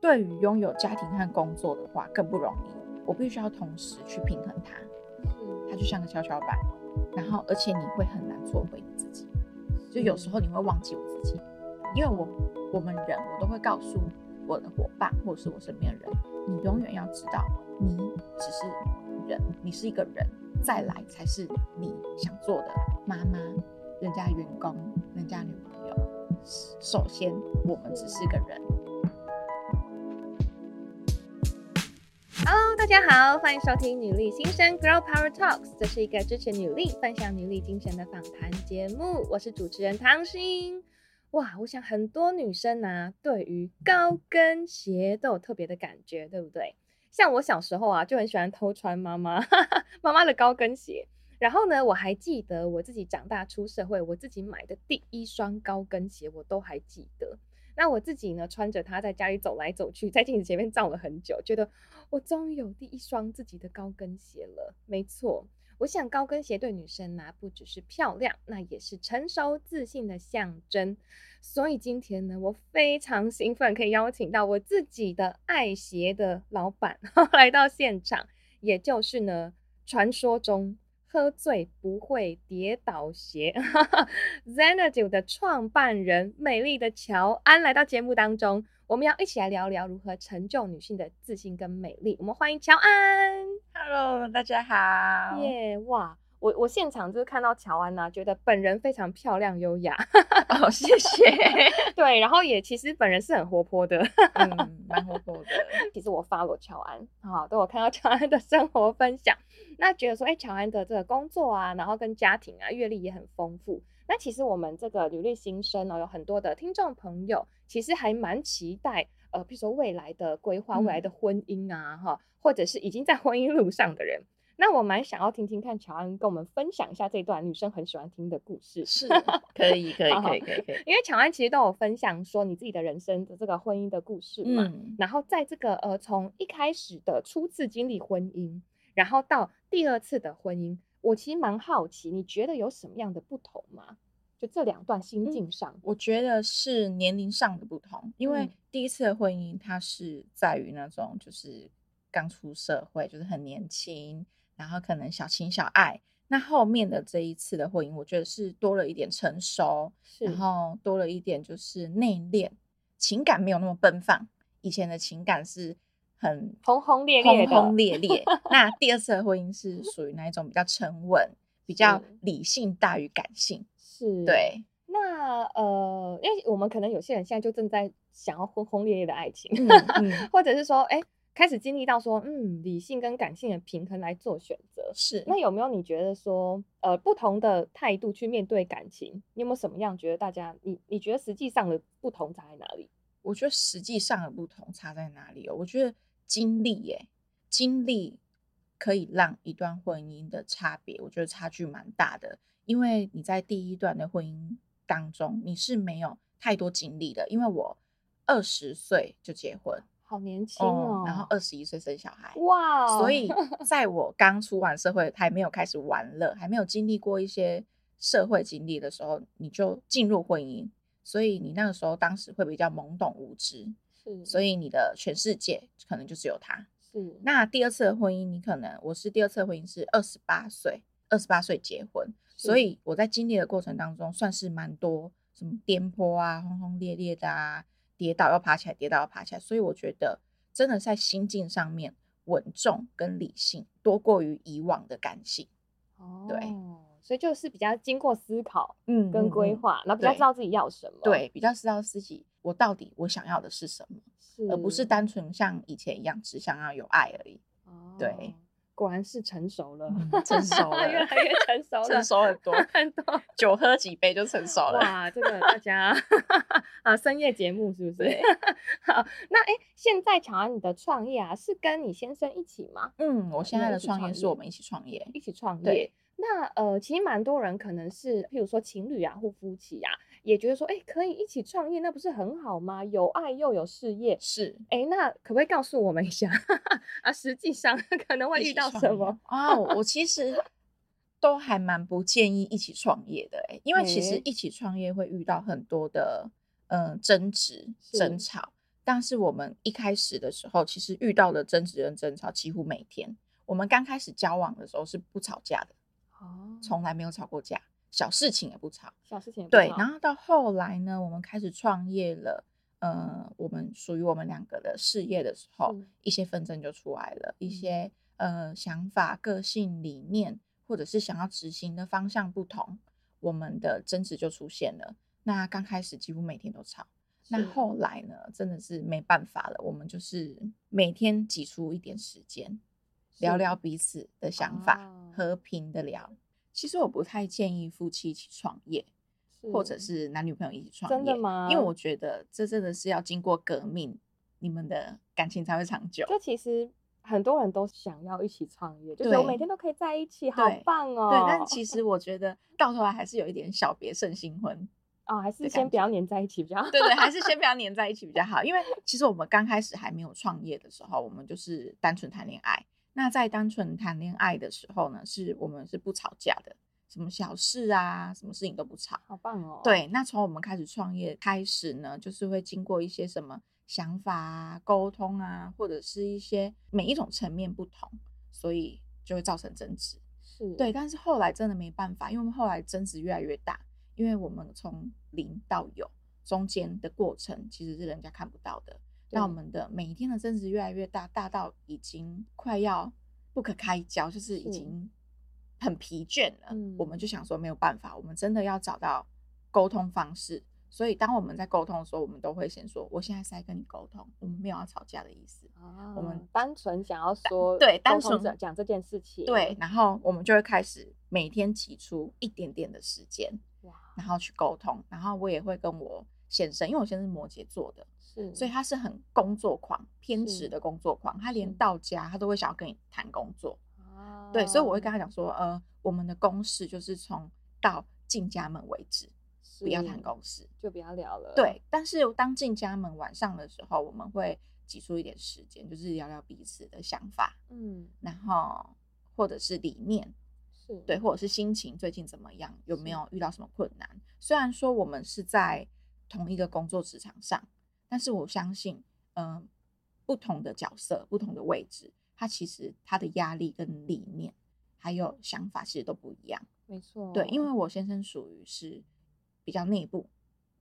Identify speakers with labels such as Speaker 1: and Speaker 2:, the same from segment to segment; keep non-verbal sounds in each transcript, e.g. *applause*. Speaker 1: 对于拥有家庭和工作的话更不容易，我必须要同时去平衡它，它就像个跷跷板，然后而且你会很难做回你自己，就有时候你会忘记我自己，因为我我们人我都会告诉我的伙伴或者是我身边的人，你永远要知道你只是人，你是一个人，再来才是你想做的妈妈、人家员工、人家女朋友。首先，我们只是个人。
Speaker 2: Hello，大家好，欢迎收听女力新生 Girl Power Talks，这是一个支持女力、分享女力精神的访谈节目。我是主持人唐心。哇，我想很多女生啊，对于高跟鞋都有特别的感觉，对不对？像我小时候啊，就很喜欢偷穿妈妈 *laughs* 妈妈的高跟鞋。然后呢，我还记得我自己长大出社会，我自己买的第一双高跟鞋，我都还记得。那我自己呢，穿着它在家里走来走去，在镜子前面照了很久，觉得我终于有第一双自己的高跟鞋了。没错，我想高跟鞋对女生呢、不只是漂亮，那也是成熟自信的象征。所以今天呢，我非常兴奋，可以邀请到我自己的爱鞋的老板 *laughs* 来到现场，也就是呢，传说中。喝醉不会跌倒鞋 *laughs* ，Xanadu 的创办人美丽的乔安来到节目当中，我们要一起来聊聊如何成就女性的自信跟美丽。我们欢迎乔安。
Speaker 1: Hello，大家好。
Speaker 2: 耶、哇！我我现场就是看到乔安呐、觉得本人非常漂亮优雅，
Speaker 1: 哦，谢谢。
Speaker 2: *laughs* 对，然后也其实本人是很活泼的。
Speaker 1: 嗯，蛮活泼的。
Speaker 2: 其实我 follow 乔安啊，都有看到 *laughs* 乔安的生活分享，那觉得说，哎、乔安的这个工作啊，然后跟家庭啊，阅历也很丰富。那其实我们这个履历新生哦，有很多的听众朋友，其实还蛮期待，呃，比如说未来的规划、
Speaker 1: 嗯
Speaker 2: 未来的婚姻啊，哈，或者是已经在婚姻路上的人。那我蛮想要听听看乔安跟我们分享一下这段女生很喜欢听的故事，
Speaker 1: 是， *laughs* 可以，可以，可以，可以，可以。
Speaker 2: *laughs* 因为乔安其实都有分享说你自己的人生的这个婚姻的故事嘛。
Speaker 1: 嗯，
Speaker 2: 然后在这个呃，从一开始的初次经历婚姻，然后到第二次的婚姻，我其实蛮好奇，你觉得有什么样的不同吗？就这两段
Speaker 1: 嗯
Speaker 2: 心境上，
Speaker 1: 我觉得是年龄上的不同，因为
Speaker 2: 嗯
Speaker 1: 第一次的婚姻，它是在于那种就是刚出社会，就是很年轻，然后可能小情小爱。那后面的这一次的婚姻，我觉得是多了一点成熟，
Speaker 2: 是
Speaker 1: 然后多了一点就是内敛，情感没有那么奔放。以前的情感是很
Speaker 2: 轰轰烈烈的
Speaker 1: 轰轰烈
Speaker 2: *laughs*
Speaker 1: 烈。那第二次的婚姻是属于那一种比较沉稳，比较
Speaker 2: 是
Speaker 1: 理性大于感性。
Speaker 2: 是。
Speaker 1: 对，
Speaker 2: 那呃，因为我们可能有些人现在就正在想要轰轰烈烈的爱情，
Speaker 1: 嗯嗯，
Speaker 2: 或者是说，哎，开始经历到说，嗯，理性跟感性的平衡来做选
Speaker 1: *laughs*
Speaker 2: 择。
Speaker 1: 是。
Speaker 2: 那有没有你觉得说，呃，不同的态度去面对感情，你有没有什么样觉得大家，你你觉得实际上的不同差在哪里？
Speaker 1: 我觉得实际上的不同差在哪里哦？我觉得经历耶、经历可以让一段婚姻的差别，我觉得差距蛮大的。因为你在第一段的婚姻当中，你是没有太多经历的。因为我二十岁就结婚，
Speaker 2: 好年轻哦，
Speaker 1: 然后二十一岁生小孩，
Speaker 2: 哇哦，
Speaker 1: 所
Speaker 2: *laughs*
Speaker 1: 以在我刚出完社会，还没有开始玩乐，还没有经历过一些社会经历的时候，你就进入婚姻，所以你那个时候当时会比较懵懂无知，
Speaker 2: 是
Speaker 1: 所以你的全世界可能就只有他。
Speaker 2: 是
Speaker 1: 那第二次的婚姻，你可能我是第二次的婚姻是二十八岁，二十八岁结婚，所
Speaker 2: 是
Speaker 1: 以我在经历的过程当中，算是蛮多什么颠簸啊、轰轰烈烈的啊，跌倒要爬起来，跌倒要爬起来，所以我觉得真的在心境上面稳重跟理性多过于以往的感性，
Speaker 2: 哦
Speaker 1: 对
Speaker 2: 所以就是比较经过思考
Speaker 1: 嗯
Speaker 2: 跟规。划，然后比较
Speaker 1: 对
Speaker 2: 知道自己要什么，，
Speaker 1: 对，比较知道自己我到底我想要的是什么，
Speaker 2: 是
Speaker 1: 而不
Speaker 2: 嗯
Speaker 1: 是单纯像以前一样只想要有爱而已。对
Speaker 2: 哦果然是成熟了，
Speaker 1: 嗯成
Speaker 2: *laughs*
Speaker 1: 熟了
Speaker 2: 越来越成熟了，
Speaker 1: 成熟很
Speaker 2: *laughs*
Speaker 1: 多，
Speaker 2: 很多。
Speaker 1: 酒喝几杯就成熟了。
Speaker 2: 哇，这个大家啊，深夜节目是不是
Speaker 1: 对？
Speaker 2: *laughs* 好，那哎、诶现在乔安你的创业啊，是跟你先生一起吗？
Speaker 1: 嗯，我现
Speaker 2: 们
Speaker 1: 在
Speaker 2: 一
Speaker 1: 的
Speaker 2: 起
Speaker 1: 创
Speaker 2: 创
Speaker 1: 业是
Speaker 2: 业
Speaker 1: 我们一起创业，
Speaker 2: 一起创
Speaker 1: 对
Speaker 2: 业？那呃，其实蛮多人可能是，譬如说情侣啊或夫妻啊，也觉得说，哎、可以一起创业，那不是很好吗？有爱又有事业。
Speaker 1: 是
Speaker 2: 哎、那可不可以告诉我们一下 *laughs* 啊？实际上 *laughs* 可能会
Speaker 1: 一
Speaker 2: 遇
Speaker 1: 起
Speaker 2: 到
Speaker 1: 创
Speaker 2: 什
Speaker 1: 业
Speaker 2: 么？
Speaker 1: 啊？我我其实都还蛮不建议一起创业的、欸，因为其实
Speaker 2: 诶
Speaker 1: 一起创业会遇到很多的嗯、呃争执、争
Speaker 2: 是
Speaker 1: 吵，但是我们一开始的时候，其实遇到的争执跟争吵几乎每天。我们刚开始交往的时候是不吵架的，
Speaker 2: 哦，
Speaker 1: 从来没有吵过架，小事情也不吵。
Speaker 2: 小事情也不
Speaker 1: 对，
Speaker 2: 吵
Speaker 1: 然后到后来呢，我们开始创业了，呃，我们属于我们两个的事业的时候，
Speaker 2: 嗯
Speaker 1: 一些纷争就出来了，一
Speaker 2: 嗯
Speaker 1: 些呃想法、个性、理念，或者是想要执行的方向不同，我们的争执就出现了。那刚开始几乎每天都吵，那
Speaker 2: 是
Speaker 1: 后来呢，真的是没办法了，我们就是每天挤出一点时间，聊
Speaker 2: 是
Speaker 1: 聊彼此的想法，
Speaker 2: 哦
Speaker 1: 和平的聊。啊其实我不太建议夫妻一起创业，或者是男女朋友一起创业，
Speaker 2: 嗯真的吗？
Speaker 1: 因为我觉得这真的是要经过革命，你们的感情才会长久。
Speaker 2: 就其实很多人都想要一起创业，就是我每
Speaker 1: 对
Speaker 2: 天都可以在一起，好
Speaker 1: 对
Speaker 2: 棒哦。
Speaker 1: 对，但其实我
Speaker 2: *laughs*
Speaker 1: 觉得到头来还是有一点小别胜新婚。
Speaker 2: 哦，还是
Speaker 1: 的
Speaker 2: 先
Speaker 1: 感
Speaker 2: 不要黏在一起比较 *laughs* 好。
Speaker 1: 对对，还是先不要黏在一起比较好。因为其实我们刚开始还没有创业的时候，我们就是单纯谈恋爱。那在单纯谈恋爱的时候呢，是我们是不吵架的，什么小事啊，什么事情都不吵。
Speaker 2: 好棒哦。，
Speaker 1: 对，那从我们开始创业开始呢，就是会经过一些什么想法啊、沟通啊，或者是一些每一种层面不同，所以就会造成争执。
Speaker 2: 是，
Speaker 1: 对，，但是后来真的没办法，因为我们后来争执越来越大，因为我们从零到有中间的过程其实是人家看不到的。那我
Speaker 2: 对
Speaker 1: 们的每一天的争执越来越大，大到已经快要不可开交，就是已
Speaker 2: 是
Speaker 1: 经很疲倦了。我
Speaker 2: 嗯
Speaker 1: 们就想说没有办法，我们真的要找到沟通方式。所以当我们在沟通的时候，我们都会先说：“我现在是在跟你沟通，我们没有要吵架的意思。”
Speaker 2: 啊，
Speaker 1: 我们
Speaker 2: 单纯想要说，
Speaker 1: 对单纯
Speaker 2: 讲讲这件事情。
Speaker 1: 对，，然后我们就会开始每天挤出一点点的时间，
Speaker 2: 哇，
Speaker 1: 然后去沟通。然后我也会跟我先生，因为我先生是摩羯座的，
Speaker 2: 是，
Speaker 1: 所以他是很工作狂、偏
Speaker 2: 嗯是
Speaker 1: 执的工作狂。他
Speaker 2: 是
Speaker 1: 连到家他都会想要跟你谈工作。
Speaker 2: 啊
Speaker 1: 对，所以我会跟他讲说，呃，我们的公式就是从到进家门为止，不要谈
Speaker 2: 是
Speaker 1: 公事。
Speaker 2: 就不要聊了。
Speaker 1: 对，但是当进家门晚上的时候，我们会挤出一点时间，就是聊聊彼此的想法，
Speaker 2: 嗯，
Speaker 1: 然后或者是理念，
Speaker 2: 是，
Speaker 1: 对，，或者是心情最近怎么样，有
Speaker 2: 是
Speaker 1: 没有遇到什么困难？虽然说我们是在同一个工作职场上，但是我相信，嗯、不同的角色、不同的位置，他其实他的压力跟理念还有想法其实都不一样。
Speaker 2: 没错。
Speaker 1: 对，因为我先生属于是比较内部，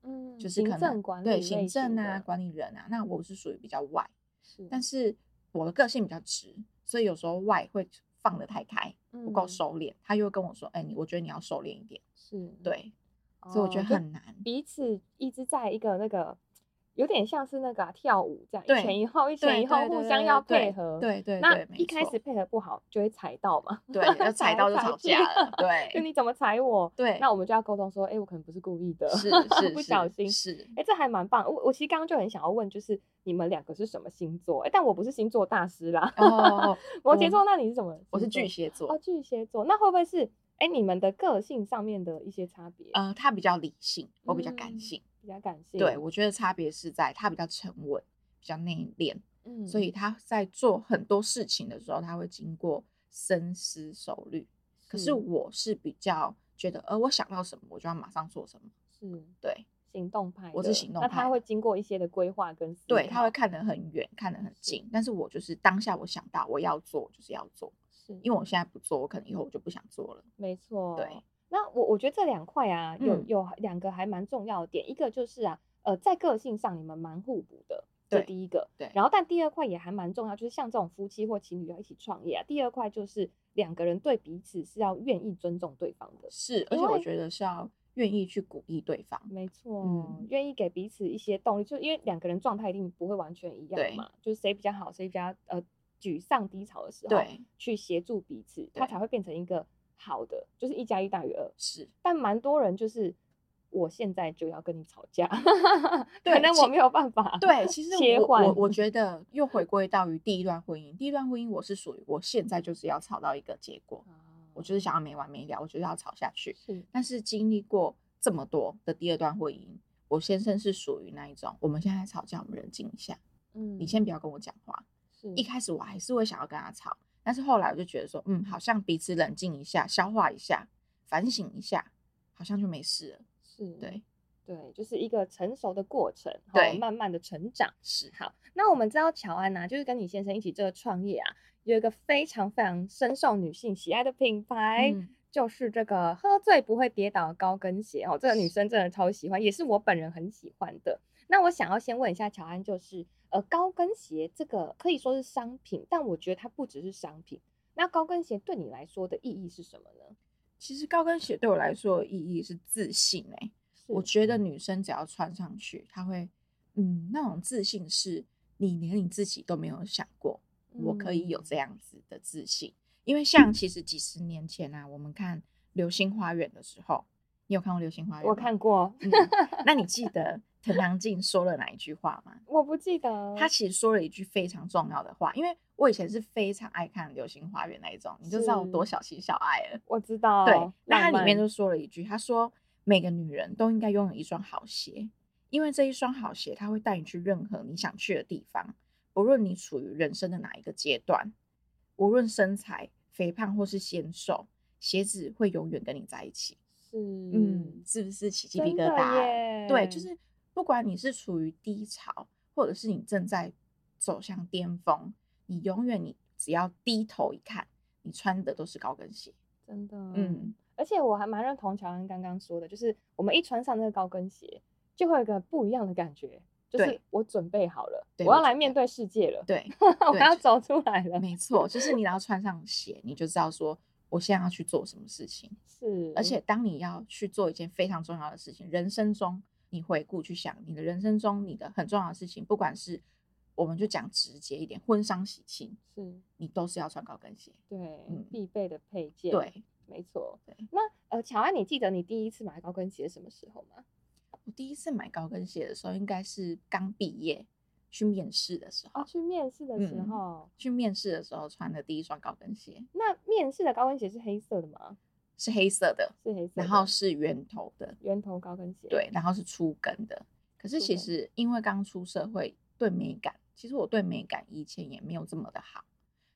Speaker 2: 嗯，
Speaker 1: 就是
Speaker 2: 行
Speaker 1: 可能
Speaker 2: 政管理
Speaker 1: 对
Speaker 2: 类
Speaker 1: 行政
Speaker 2: 型
Speaker 1: 啊、
Speaker 2: 的，嗯
Speaker 1: 管理人啊，那我是属于比较外，
Speaker 2: 是，
Speaker 1: 但
Speaker 2: 是
Speaker 1: 是我的个性比较直，所以有时候外会放得太开，不
Speaker 2: 嗯
Speaker 1: 够，收敛。他又会跟我说：“哎、你我觉得你要收敛一点。
Speaker 2: 是”，
Speaker 1: 对，所以我觉得
Speaker 2: 哦就
Speaker 1: 很难。
Speaker 2: 彼此一直在一个那个，有点像是那个啊、跳舞这样，一
Speaker 1: 对
Speaker 2: 前一后，一前
Speaker 1: 对
Speaker 2: 一后，
Speaker 1: 对
Speaker 2: 互
Speaker 1: 对
Speaker 2: 相要
Speaker 1: 对
Speaker 2: 配合。。
Speaker 1: 对对
Speaker 2: 那
Speaker 1: 对，没
Speaker 2: 一开
Speaker 1: 错
Speaker 2: 始配合不好，就会踩到嘛。 *laughs*
Speaker 1: 对，要踩到就
Speaker 2: 来
Speaker 1: 吵
Speaker 2: 去，
Speaker 1: 架了
Speaker 2: 就
Speaker 1: 对
Speaker 2: 你怎么踩我？
Speaker 1: 对，
Speaker 2: 那我们就要沟通说，哎、我可能不是故意的， *laughs*
Speaker 1: 是是
Speaker 2: 不
Speaker 1: 是
Speaker 2: 小心。
Speaker 1: 是
Speaker 2: 哎、这还蛮棒。我我其实刚刚就很想要问，就是你们两个是什么星座？哎、但我不是星座大师啦。 *laughs*
Speaker 1: 哦，
Speaker 2: 摩
Speaker 1: 我
Speaker 2: 羯座，那你是什么？
Speaker 1: 我是巨。蟹
Speaker 2: 哦，
Speaker 1: 座，
Speaker 2: 巨蟹座，那会不会是哎、你们的个性上面的一些差别？
Speaker 1: 呃，他比较理性，我比较
Speaker 2: 嗯
Speaker 1: 感性。
Speaker 2: 比较感性。
Speaker 1: 对，我觉得差别是在他比较沉稳，比较内敛，
Speaker 2: 嗯，
Speaker 1: 所以他在做很多事情的时候，他会经过深思熟虑。可
Speaker 2: 嗯
Speaker 1: 是我是比较觉得，呃，我想到什么，我就要马上做什么。
Speaker 2: 是
Speaker 1: 对
Speaker 2: 行动派的，
Speaker 1: 我是行动
Speaker 2: 那
Speaker 1: 派
Speaker 2: 他
Speaker 1: 的
Speaker 2: 会经过一些的规划跟思
Speaker 1: 对，他会
Speaker 2: 考
Speaker 1: 看得很远，看得很近。但是我就是当下我想到我要做，我就是要做，
Speaker 2: 是
Speaker 1: 因为我现在不做，我可能以后我就不想做了。
Speaker 2: 没错，
Speaker 1: 对。
Speaker 2: 那我我觉得这两块啊，有
Speaker 1: 嗯
Speaker 2: 有两个还蛮重要的点，一个就是啊，呃，在个性上你们蛮互补的，这
Speaker 1: 对
Speaker 2: 第一个。
Speaker 1: 对
Speaker 2: 然后，但第二块也还蛮重要，就是像这种夫妻或情侣要一起创业啊，第二块就是两个人对彼此是要愿意尊重对方的。
Speaker 1: 是，而
Speaker 2: 因
Speaker 1: 且我
Speaker 2: 为
Speaker 1: 觉得是要愿意去鼓励对方。
Speaker 2: 没错，
Speaker 1: 嗯
Speaker 2: 愿意给彼此一些动力，就因为两个人状态一定不会完全一
Speaker 1: 对
Speaker 2: 样嘛，就是谁比较好，谁比较呃沮丧低潮的时候，
Speaker 1: 对，
Speaker 2: 去协助彼此，它
Speaker 1: 对
Speaker 2: 才会变成一个好的，就是一加一大于二。
Speaker 1: 是，
Speaker 2: 但蛮多人就是我现在就要跟你吵架，可
Speaker 1: 对
Speaker 2: 能
Speaker 1: 其
Speaker 2: 我没有办法。
Speaker 1: 对，其实
Speaker 2: 切
Speaker 1: 我
Speaker 2: 换
Speaker 1: 我我觉得又回归到于第一段婚姻，第一段婚姻我是属于我现在就是要吵到一个结果，我就是想要没完没了，我就是要吵下去。
Speaker 2: *laughs* 是
Speaker 1: 但是经历过这么多的第二段婚姻，我先生是属于那一种，我们现在吵架，我们冷静一下，
Speaker 2: 嗯，
Speaker 1: 你先不要跟我讲话。
Speaker 2: 是
Speaker 1: 一开始我还是会想要跟他吵，但是后来我就觉得说，嗯，好像彼此冷静一下，消化一下，反省一下，好像就没事了。
Speaker 2: 是
Speaker 1: 对，
Speaker 2: 对，就是一个成熟的过程，好
Speaker 1: 对
Speaker 2: 慢慢的成长。
Speaker 1: 是
Speaker 2: 好，那我们知道乔安呐、就是跟你先生一起这个创业啊，有一个非常非常深受女性喜爱的品牌，
Speaker 1: 嗯
Speaker 2: 就是这个喝醉不会跌倒的高跟鞋哦，这个女生真的超喜欢，也是我本人很喜欢的。那我想要先问一下乔安，就是呃，高跟鞋这个可以说是商品，但我觉得它不只是商品。那高跟鞋对你来说的意义是什么呢？
Speaker 1: 其实高跟鞋对我来说的意义是自信哎、我
Speaker 2: 是
Speaker 1: 觉得女生只要穿上去，她会，嗯，那种自信是你连你自己都没有想过，我可以有
Speaker 2: 嗯
Speaker 1: 这样子的自信。因为像其实几十年前啊，我们看《流星花园》的时候，你有看过《流星花园》？
Speaker 2: 我看。过，
Speaker 1: 嗯，那你记得藤堂静说了哪一句话吗？
Speaker 2: 我不记得
Speaker 1: 他其实说了一句非常重要的话，因为我以前是非常爱看《流星花园》那一种，你就知道我多
Speaker 2: 是
Speaker 1: 小情小爱了。
Speaker 2: 我知道，
Speaker 1: 对，那它
Speaker 2: 浪
Speaker 1: 里面
Speaker 2: 漫
Speaker 1: 就说了一句，他说每个女人都应该拥有一双好鞋，因为这一双好鞋，它会带你去任何你想去的地方，不论你处于人生的哪一个阶段，无论身材肥胖或是纤瘦，鞋子会永远跟你在一起。
Speaker 2: 是，
Speaker 1: 嗯，，是不是起鸡皮
Speaker 2: 真
Speaker 1: 疙
Speaker 2: 的
Speaker 1: 瘩？啊
Speaker 2: 耶，
Speaker 1: 对，就是不管你是处于低潮，或者是你正在走向巅峰，你永远你只要低头一看，你穿的都是高跟鞋。
Speaker 2: 真的，
Speaker 1: 嗯。
Speaker 2: 而且我还蛮认同乔恩刚刚说的，就是我们一穿上那个高跟鞋，就会有一个不一样的感觉，就是
Speaker 1: 对
Speaker 2: 我准备好了，
Speaker 1: 对
Speaker 2: 我要
Speaker 1: 我
Speaker 2: 来
Speaker 1: 准
Speaker 2: 面对世界了，
Speaker 1: 对，
Speaker 2: 我
Speaker 1: 对
Speaker 2: 要
Speaker 1: 就
Speaker 2: 走出来了，
Speaker 1: 没错，就是你只要穿上鞋，你就知道说我现在要去做什么事情。
Speaker 2: 是，
Speaker 1: 而且当你要去做一件非常重要的事情，人生中你回顾去想你的人生中你的很重要的事情，不管是我们就讲直接一点，婚丧喜庆，
Speaker 2: 是
Speaker 1: 你都是要穿高跟鞋。
Speaker 2: 对
Speaker 1: 嗯
Speaker 2: 必备的配件，，
Speaker 1: 对
Speaker 2: 没错
Speaker 1: 对。
Speaker 2: 那呃，乔安，你记得你第一次买高跟鞋是什么时候吗？
Speaker 1: 我第一次买高跟鞋的时候，应该是刚毕业去面试的时候。
Speaker 2: 哦，去面试的时
Speaker 1: 嗯
Speaker 2: 候，
Speaker 1: 去面试的时候穿的第一双高跟鞋
Speaker 2: 那面试的高跟鞋是黑色的吗？
Speaker 1: 是黑色的，
Speaker 2: 是黑色的，
Speaker 1: 然后是圆头的，
Speaker 2: 圆头高跟鞋，
Speaker 1: 对，然后是粗跟的。可是
Speaker 2: 粗
Speaker 1: 其
Speaker 2: 跟
Speaker 1: 实因为刚出社会，对美感，其实我对美感以前也没有这么的好。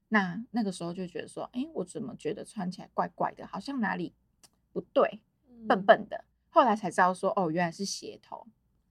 Speaker 1: 那那个时候就觉得说，哎，我怎么觉得穿起来怪怪的，好像哪里不对，笨
Speaker 2: 嗯
Speaker 1: 笨的。后来才知道说，哦，原来是鞋头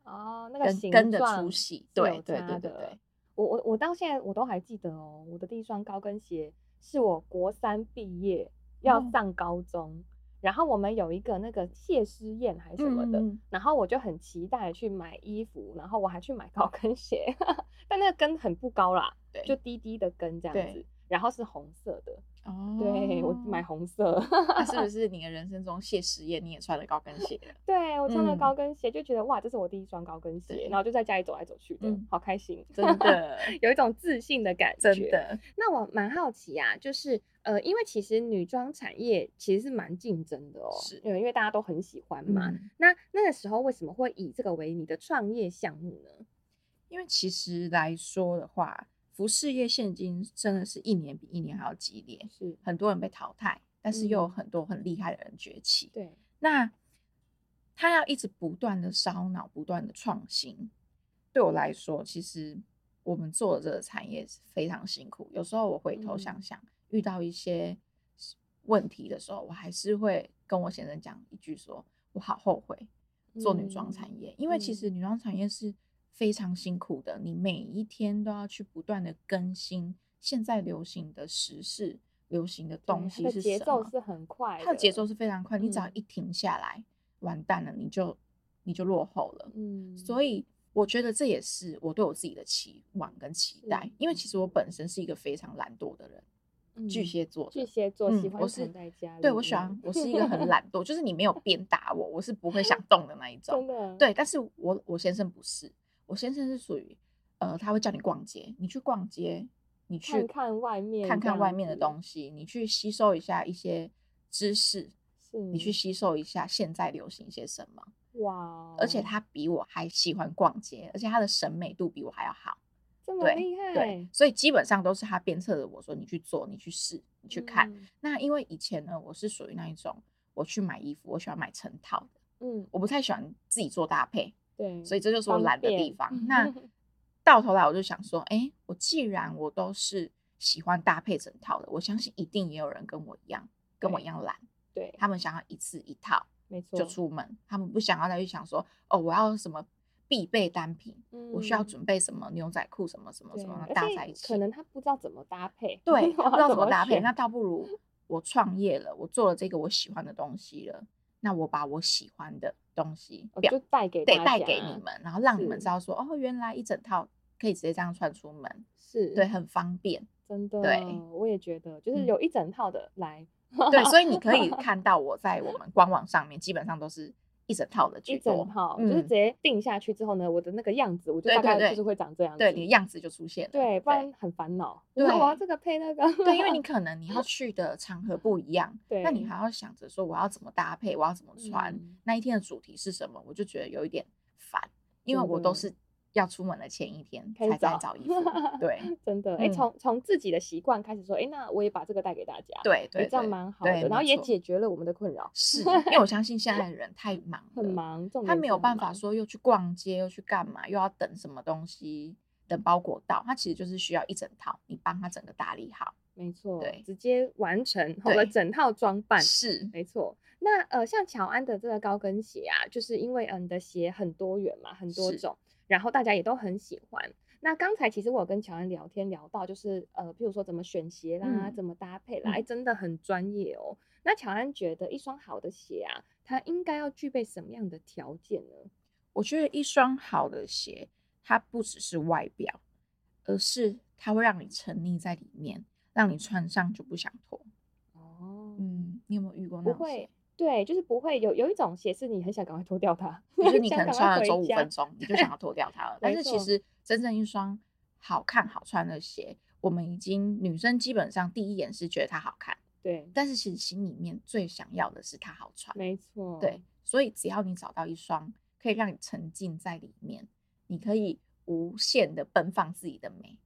Speaker 2: 哦，那个
Speaker 1: 跟
Speaker 2: 形
Speaker 1: 跟的
Speaker 2: 状
Speaker 1: 粗细，
Speaker 2: 是
Speaker 1: 对
Speaker 2: 有
Speaker 1: 对
Speaker 2: 差
Speaker 1: 对对
Speaker 2: 的
Speaker 1: 对，
Speaker 2: 我我我到现在我都还记得哦，我的第一双高跟鞋是我国三毕业要
Speaker 1: 哦
Speaker 2: 上高中，然后我们有一个那个谢师宴还是什么的，
Speaker 1: 嗯嗯嗯
Speaker 2: 然后我就很期待去买衣服，然后我还去买高跟鞋， *laughs* 但那个跟很不高啦，
Speaker 1: 对，
Speaker 2: 就低低的跟这样
Speaker 1: 对
Speaker 2: 子，然后是红色的，
Speaker 1: 哦，
Speaker 2: 对我买。红色， *laughs*
Speaker 1: 那是不是你的人生中谢师宴你也穿了高跟鞋了？
Speaker 2: 对我穿了
Speaker 1: 嗯
Speaker 2: 高跟鞋就觉得哇，这是我第一双高跟鞋，
Speaker 1: 对
Speaker 2: 然后就在家里走来走去的，
Speaker 1: 嗯
Speaker 2: 好开心，
Speaker 1: 真 *laughs* 的，
Speaker 2: *laughs* 有一种自信的感觉，
Speaker 1: 真的，
Speaker 2: 那我蛮好奇啊，就是呃，因为其实女装产业其实是蛮竞争的哦，
Speaker 1: 是
Speaker 2: 因为因为大家都很喜欢嘛。
Speaker 1: 嗯
Speaker 2: 那那个时候为什么会以这个为你的创业项目呢？
Speaker 1: 因为其实来说的话，服饰业现今真的是一年比一年还要激烈，
Speaker 2: 是
Speaker 1: 很多人被淘汰，但是又有
Speaker 2: 嗯
Speaker 1: 很多很厉害的人崛起。
Speaker 2: 对，
Speaker 1: 那他要一直不断的烧脑，不断的创新。对我来说，其实我们做的这个产业是非常辛苦。有时候我回头想
Speaker 2: 嗯
Speaker 1: 想，遇到一些问题的时候，我还是会跟我先生讲一句说我好后悔做女
Speaker 2: 嗯
Speaker 1: 装产业，因为其实女装产业是非常辛苦的，你每一天都要去不断的更新现在流行的时事、流行的
Speaker 2: 对
Speaker 1: 东
Speaker 2: 它
Speaker 1: 西
Speaker 2: 的
Speaker 1: 是
Speaker 2: 节
Speaker 1: 什
Speaker 2: 奏
Speaker 1: 么
Speaker 2: 是很快的，
Speaker 1: 它的节奏是非常快，你只要
Speaker 2: 嗯
Speaker 1: 一停下来，完蛋了，你就你就落后了。
Speaker 2: 嗯，
Speaker 1: 所以我觉得这也是我对我自己的期望跟期待
Speaker 2: 是，
Speaker 1: 因为其实我本身是一个非常懒惰的人，
Speaker 2: 以
Speaker 1: 巨蟹座
Speaker 2: 嗯巨
Speaker 1: 的。
Speaker 2: 蟹座喜
Speaker 1: 嗯
Speaker 2: 欢
Speaker 1: 我是
Speaker 2: 躺在家里，
Speaker 1: 对，我喜欢，我是一个很懒惰，就是你没有鞭打我，我是不会想动的那一
Speaker 2: 真
Speaker 1: 种。
Speaker 2: 的，
Speaker 1: 对，但是我我先生不是，我先生是属于，呃，他会叫你逛街，你去逛街，你去
Speaker 2: 看看外面
Speaker 1: 看
Speaker 2: 这
Speaker 1: 看外
Speaker 2: 样
Speaker 1: 面的
Speaker 2: 子
Speaker 1: 东西，你去吸收一下一些知识，
Speaker 2: 是
Speaker 1: 你去吸收一下现在流行些什么。
Speaker 2: 哇，哦
Speaker 1: 而且他比我还喜欢逛街，而且他的审美度比我还要好。
Speaker 2: 这么
Speaker 1: 对
Speaker 2: 厉害，
Speaker 1: 对，所以基本上都是他鞭策着我说：“你去做，你去试，你去看。
Speaker 2: 嗯，
Speaker 1: 那因为以前呢，我是属于那一种，我去买衣服，我喜欢买成套的，
Speaker 2: 嗯，
Speaker 1: 我不太喜欢自己做搭配，
Speaker 2: 对，
Speaker 1: 所以这就是我
Speaker 2: 方
Speaker 1: 懒的地
Speaker 2: 便
Speaker 1: 方。
Speaker 2: *laughs*
Speaker 1: 那到头来，我就想说，哎、我既然我都是喜欢搭配成套的，我相信一定也有人跟我一样，跟我一
Speaker 2: 对
Speaker 1: 样懒，
Speaker 2: 对，
Speaker 1: 他们想要一次一套，
Speaker 2: 没错，
Speaker 1: 就出门，他们不想要再去想说哦，我要什么必备单品，
Speaker 2: 嗯
Speaker 1: 我需要准备什么牛仔裤什么什么
Speaker 2: 对啊
Speaker 1: 什么
Speaker 2: 而
Speaker 1: 搭
Speaker 2: 且
Speaker 1: 在一起
Speaker 2: 可。能 *laughs* 他不知道怎么搭配，
Speaker 1: *laughs* 对，
Speaker 2: 他
Speaker 1: 他不知道怎么搭配，
Speaker 2: 选
Speaker 1: 那倒不
Speaker 2: *laughs*
Speaker 1: 如我创业了，我做了这个我喜欢的东西了，那我把我喜欢的东西
Speaker 2: 哦
Speaker 1: 表
Speaker 2: 就带给
Speaker 1: 对
Speaker 2: 大
Speaker 1: 带给
Speaker 2: 家啊
Speaker 1: 你们，然后让你们
Speaker 2: 是
Speaker 1: 知道说，哦，原来一整套可以直接这样穿出门，
Speaker 2: 是
Speaker 1: 对，，很方
Speaker 2: *laughs*
Speaker 1: 便，
Speaker 2: 真的，
Speaker 1: 对
Speaker 2: 我也觉得，就是
Speaker 1: 嗯
Speaker 2: 有一整套的来，
Speaker 1: 对，所以你可以看到我在我们官网上面基本上都是一整套的居
Speaker 2: 一
Speaker 1: 多，
Speaker 2: 整套，就是
Speaker 1: 嗯、
Speaker 2: 直接定下去之后呢，我的那个样子，我就
Speaker 1: 对
Speaker 2: 大
Speaker 1: 对
Speaker 2: 概
Speaker 1: 对
Speaker 2: 就是会长这样子，
Speaker 1: 对，你的样子就出现了，
Speaker 2: 对，不然很烦恼，
Speaker 1: 对
Speaker 2: 就是我要这个配那个，
Speaker 1: 对，因
Speaker 2: *laughs*
Speaker 1: 为你可能你要去的场合不一样，
Speaker 2: 对，
Speaker 1: 那你还要想着说我要怎么搭配，我要怎么穿，
Speaker 2: 嗯
Speaker 1: 那一天的主题是什么，我就觉得有一点烦，因为
Speaker 2: 真
Speaker 1: 我
Speaker 2: 的
Speaker 1: 都是要出门的前一天
Speaker 2: 开始
Speaker 1: 才在
Speaker 2: 找
Speaker 1: 找衣服，对
Speaker 2: *laughs* 真的，哎，
Speaker 1: 嗯
Speaker 2: 从从自己的习惯开始说，哎，那我也把这个带给大家，
Speaker 1: 对
Speaker 2: 哎，
Speaker 1: 对，
Speaker 2: 这样
Speaker 1: 对
Speaker 2: 蛮好
Speaker 1: 对
Speaker 2: 的，然后
Speaker 1: 没
Speaker 2: 也
Speaker 1: 错
Speaker 2: 解决了我们的困扰， *laughs*
Speaker 1: 是因为我相信现在的人太忙
Speaker 2: 很
Speaker 1: 了，
Speaker 2: 忙，重
Speaker 1: 他
Speaker 2: 点
Speaker 1: 没
Speaker 2: 是
Speaker 1: 有
Speaker 2: 很
Speaker 1: 办法
Speaker 2: 忙，
Speaker 1: 说又去逛街又去干嘛，又要等什么东西，等包裹到，他其实就是需要一整套，你帮他整个打理好，
Speaker 2: 没错，
Speaker 1: 对
Speaker 2: 直接完成我们
Speaker 1: 对
Speaker 2: 整套装扮，
Speaker 1: 是，
Speaker 2: 没错，那呃，像乔安的这个高跟鞋啊，就是因为嗯、呃你的鞋很多元嘛，很多
Speaker 1: 是
Speaker 2: 种，然后大家也都很喜欢。那刚才其实我有跟乔安聊天聊到，就是呃，譬如说怎么选鞋啦，
Speaker 1: 嗯
Speaker 2: 怎么搭配啦，哎、
Speaker 1: 嗯
Speaker 2: 真的很专业哦。那乔安觉得一双好的鞋啊，它应该要具备什么样的条件呢？
Speaker 1: 我觉得一双好的鞋，它不只是外表，而是它会让你沉溺在里面，让你穿上就不想脱。
Speaker 2: 哦，
Speaker 1: 嗯，你有没有遇过那
Speaker 2: 不
Speaker 1: 种鞋
Speaker 2: 会？，对，就是不会有有一种鞋是你很想赶快脱掉它，
Speaker 1: *laughs* 就是你可
Speaker 2: *laughs*
Speaker 1: 能
Speaker 2: 想赶
Speaker 1: 穿
Speaker 2: 快
Speaker 1: 了
Speaker 2: 回
Speaker 1: 走五
Speaker 2: 家
Speaker 1: 分钟，你就想要脱掉 *laughs* 它了。但
Speaker 2: 没
Speaker 1: 是其
Speaker 2: 错
Speaker 1: 实真正一双好看好穿的鞋，我们已经女生基本上第一眼是觉得它好看，
Speaker 2: 对，
Speaker 1: 但是其实心里面最想要的是它好穿。
Speaker 2: 没错，
Speaker 1: 对，，所以只要你找到一双可以让你沉浸在里面，你可以无限的奔放自己的美，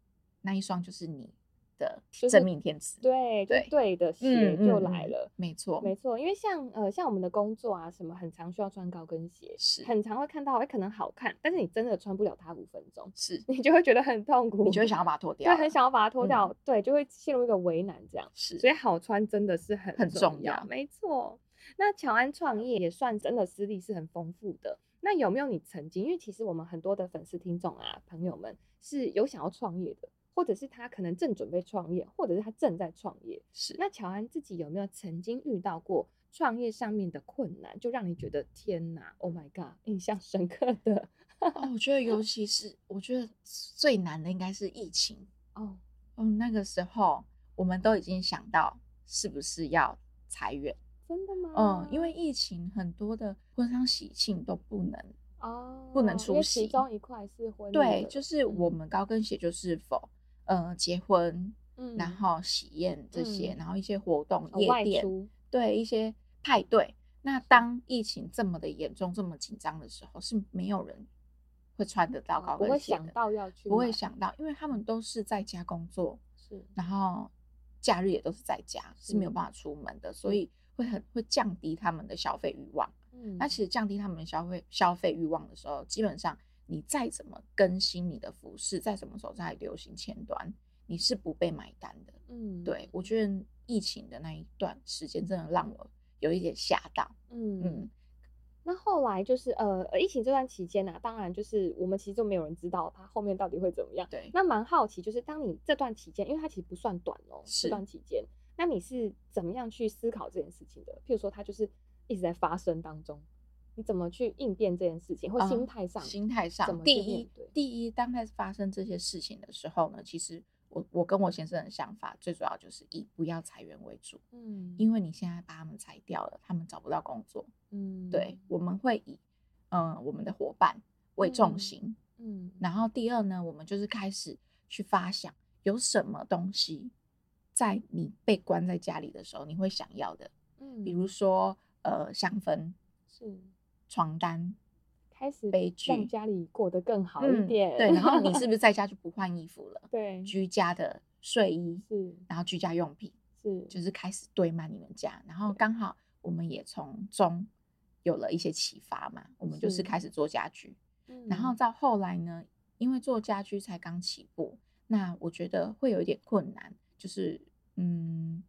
Speaker 1: 那一双就是你的
Speaker 2: 就
Speaker 1: 真
Speaker 2: 是
Speaker 1: 命天子。
Speaker 2: 对，就是
Speaker 1: 对嗯
Speaker 2: 对的鞋就来了。
Speaker 1: 没错，
Speaker 2: 没错，因为像呃像我们的工作啊，什么很常需要穿高跟鞋，
Speaker 1: 是
Speaker 2: 很常会看到，哎、可能好看，但是你真的穿不了它五分钟， *laughs*
Speaker 1: 是，
Speaker 2: 你就会觉得很痛苦，
Speaker 1: 你就会想要把它脱掉
Speaker 2: 对，
Speaker 1: 了，嗯
Speaker 2: 很想要把它脱掉，对，就会陷入一个为难这样。
Speaker 1: 是
Speaker 2: 所以好穿真的是很
Speaker 1: 很
Speaker 2: 重
Speaker 1: 重要
Speaker 2: 没错。那乔安创业也算真的资历是很丰富的。那有没有你曾经？因为其实我们很多的粉丝听众啊，朋友们是有想要创业的，或者是他可能正准备创业，或者是他正在创业。
Speaker 1: 是。
Speaker 2: 那乔安自己有没有曾经遇到过创业上面的困难，就让你觉得天哪，Oh my god，印象深刻
Speaker 1: *laughs*
Speaker 2: 的
Speaker 1: 哦，我觉得尤其是我觉得最难的应该是疫情。
Speaker 2: 哦，
Speaker 1: 嗯，那个时候我们都已经想到是不是要裁员。
Speaker 2: 真的吗
Speaker 1: 嗯，？因为疫情很多的婚丧喜庆都不能
Speaker 2: 哦，
Speaker 1: 不能
Speaker 2: 因
Speaker 1: 出
Speaker 2: 为其
Speaker 1: 席
Speaker 2: 中一块是婚礼
Speaker 1: 对，
Speaker 2: 的
Speaker 1: 就是我
Speaker 2: 嗯
Speaker 1: 们高跟鞋就是否呃结婚，
Speaker 2: 嗯
Speaker 1: 然后喜宴这些，
Speaker 2: 嗯
Speaker 1: 然后一些活动、
Speaker 2: 呃外
Speaker 1: 夜店，
Speaker 2: 出，
Speaker 1: 对一些派对。那当疫情这么的严重、这么紧张的时候，是没有人会穿得到
Speaker 2: 哦
Speaker 1: 高
Speaker 2: 不会
Speaker 1: 跟鞋
Speaker 2: 想
Speaker 1: 的，
Speaker 2: 到要去
Speaker 1: 不会
Speaker 2: 买
Speaker 1: 想到，因为他们都是在家工作，
Speaker 2: 是
Speaker 1: 然后假日也都是在家，是没有
Speaker 2: 是
Speaker 1: 办法出门的，所
Speaker 2: 是
Speaker 1: 以会很会降低他们的消费欲望。
Speaker 2: 嗯
Speaker 1: 那其实降低他们的消费消费欲望的时候，基本上你再怎么更新你的服饰，再怎么走在流行前端，你是不被买单的。
Speaker 2: 嗯
Speaker 1: 对我觉得疫情的那一段时间，真的让我有一点吓到。
Speaker 2: 嗯
Speaker 1: 嗯，
Speaker 2: 那后来就是呃呃疫情这段期间啊，当然就是我们其实就没有人知道它后面到底会怎么样。
Speaker 1: 对。
Speaker 2: 那蛮好奇，就是当你这段期间，因为它其实不算短哦，这
Speaker 1: 是
Speaker 2: 段期间，那你是怎么样去思考这件事情的？譬如说，它就是一直在发生当中，你怎么去应变这件事情，或
Speaker 1: 嗯
Speaker 2: 心态上？
Speaker 1: 心态
Speaker 2: 怎
Speaker 1: 上，
Speaker 2: 么
Speaker 1: 第
Speaker 2: 去面
Speaker 1: 一
Speaker 2: 对，
Speaker 1: 第一，当在发生这些事情的时候呢，其实我我跟我先生的想法，最主要就是以不要裁员为主，
Speaker 2: 嗯
Speaker 1: 因为你现在把他们裁掉了，他们找不到工作，
Speaker 2: 嗯
Speaker 1: 对，，我们会以嗯、呃我们的伙伴为重
Speaker 2: 嗯
Speaker 1: 心，
Speaker 2: 嗯，
Speaker 1: 然后第二呢，我们就是开始去发想有什么东西在你被关在家里的时候你会想要的，
Speaker 2: 嗯
Speaker 1: 比如说呃香氛、
Speaker 2: 是
Speaker 1: 床单，
Speaker 2: 开始
Speaker 1: 悲
Speaker 2: 让
Speaker 1: 剧嗯
Speaker 2: 家里过得更好一点，
Speaker 1: 对，然后你是不是在家就不换衣服了？
Speaker 2: *laughs* 对
Speaker 1: 居家的睡衣，
Speaker 2: 是
Speaker 1: 然后居家用品，
Speaker 2: 是
Speaker 1: 就是开始堆满你们家，然后刚好我们也从中有了一些启发嘛，我们就是
Speaker 2: 是
Speaker 1: 开始做家居，然后
Speaker 2: 嗯
Speaker 1: 到后来呢，因为做家居才刚起步，那我觉得会有一点困难，就是啊
Speaker 2: 嗯
Speaker 1: 嗯，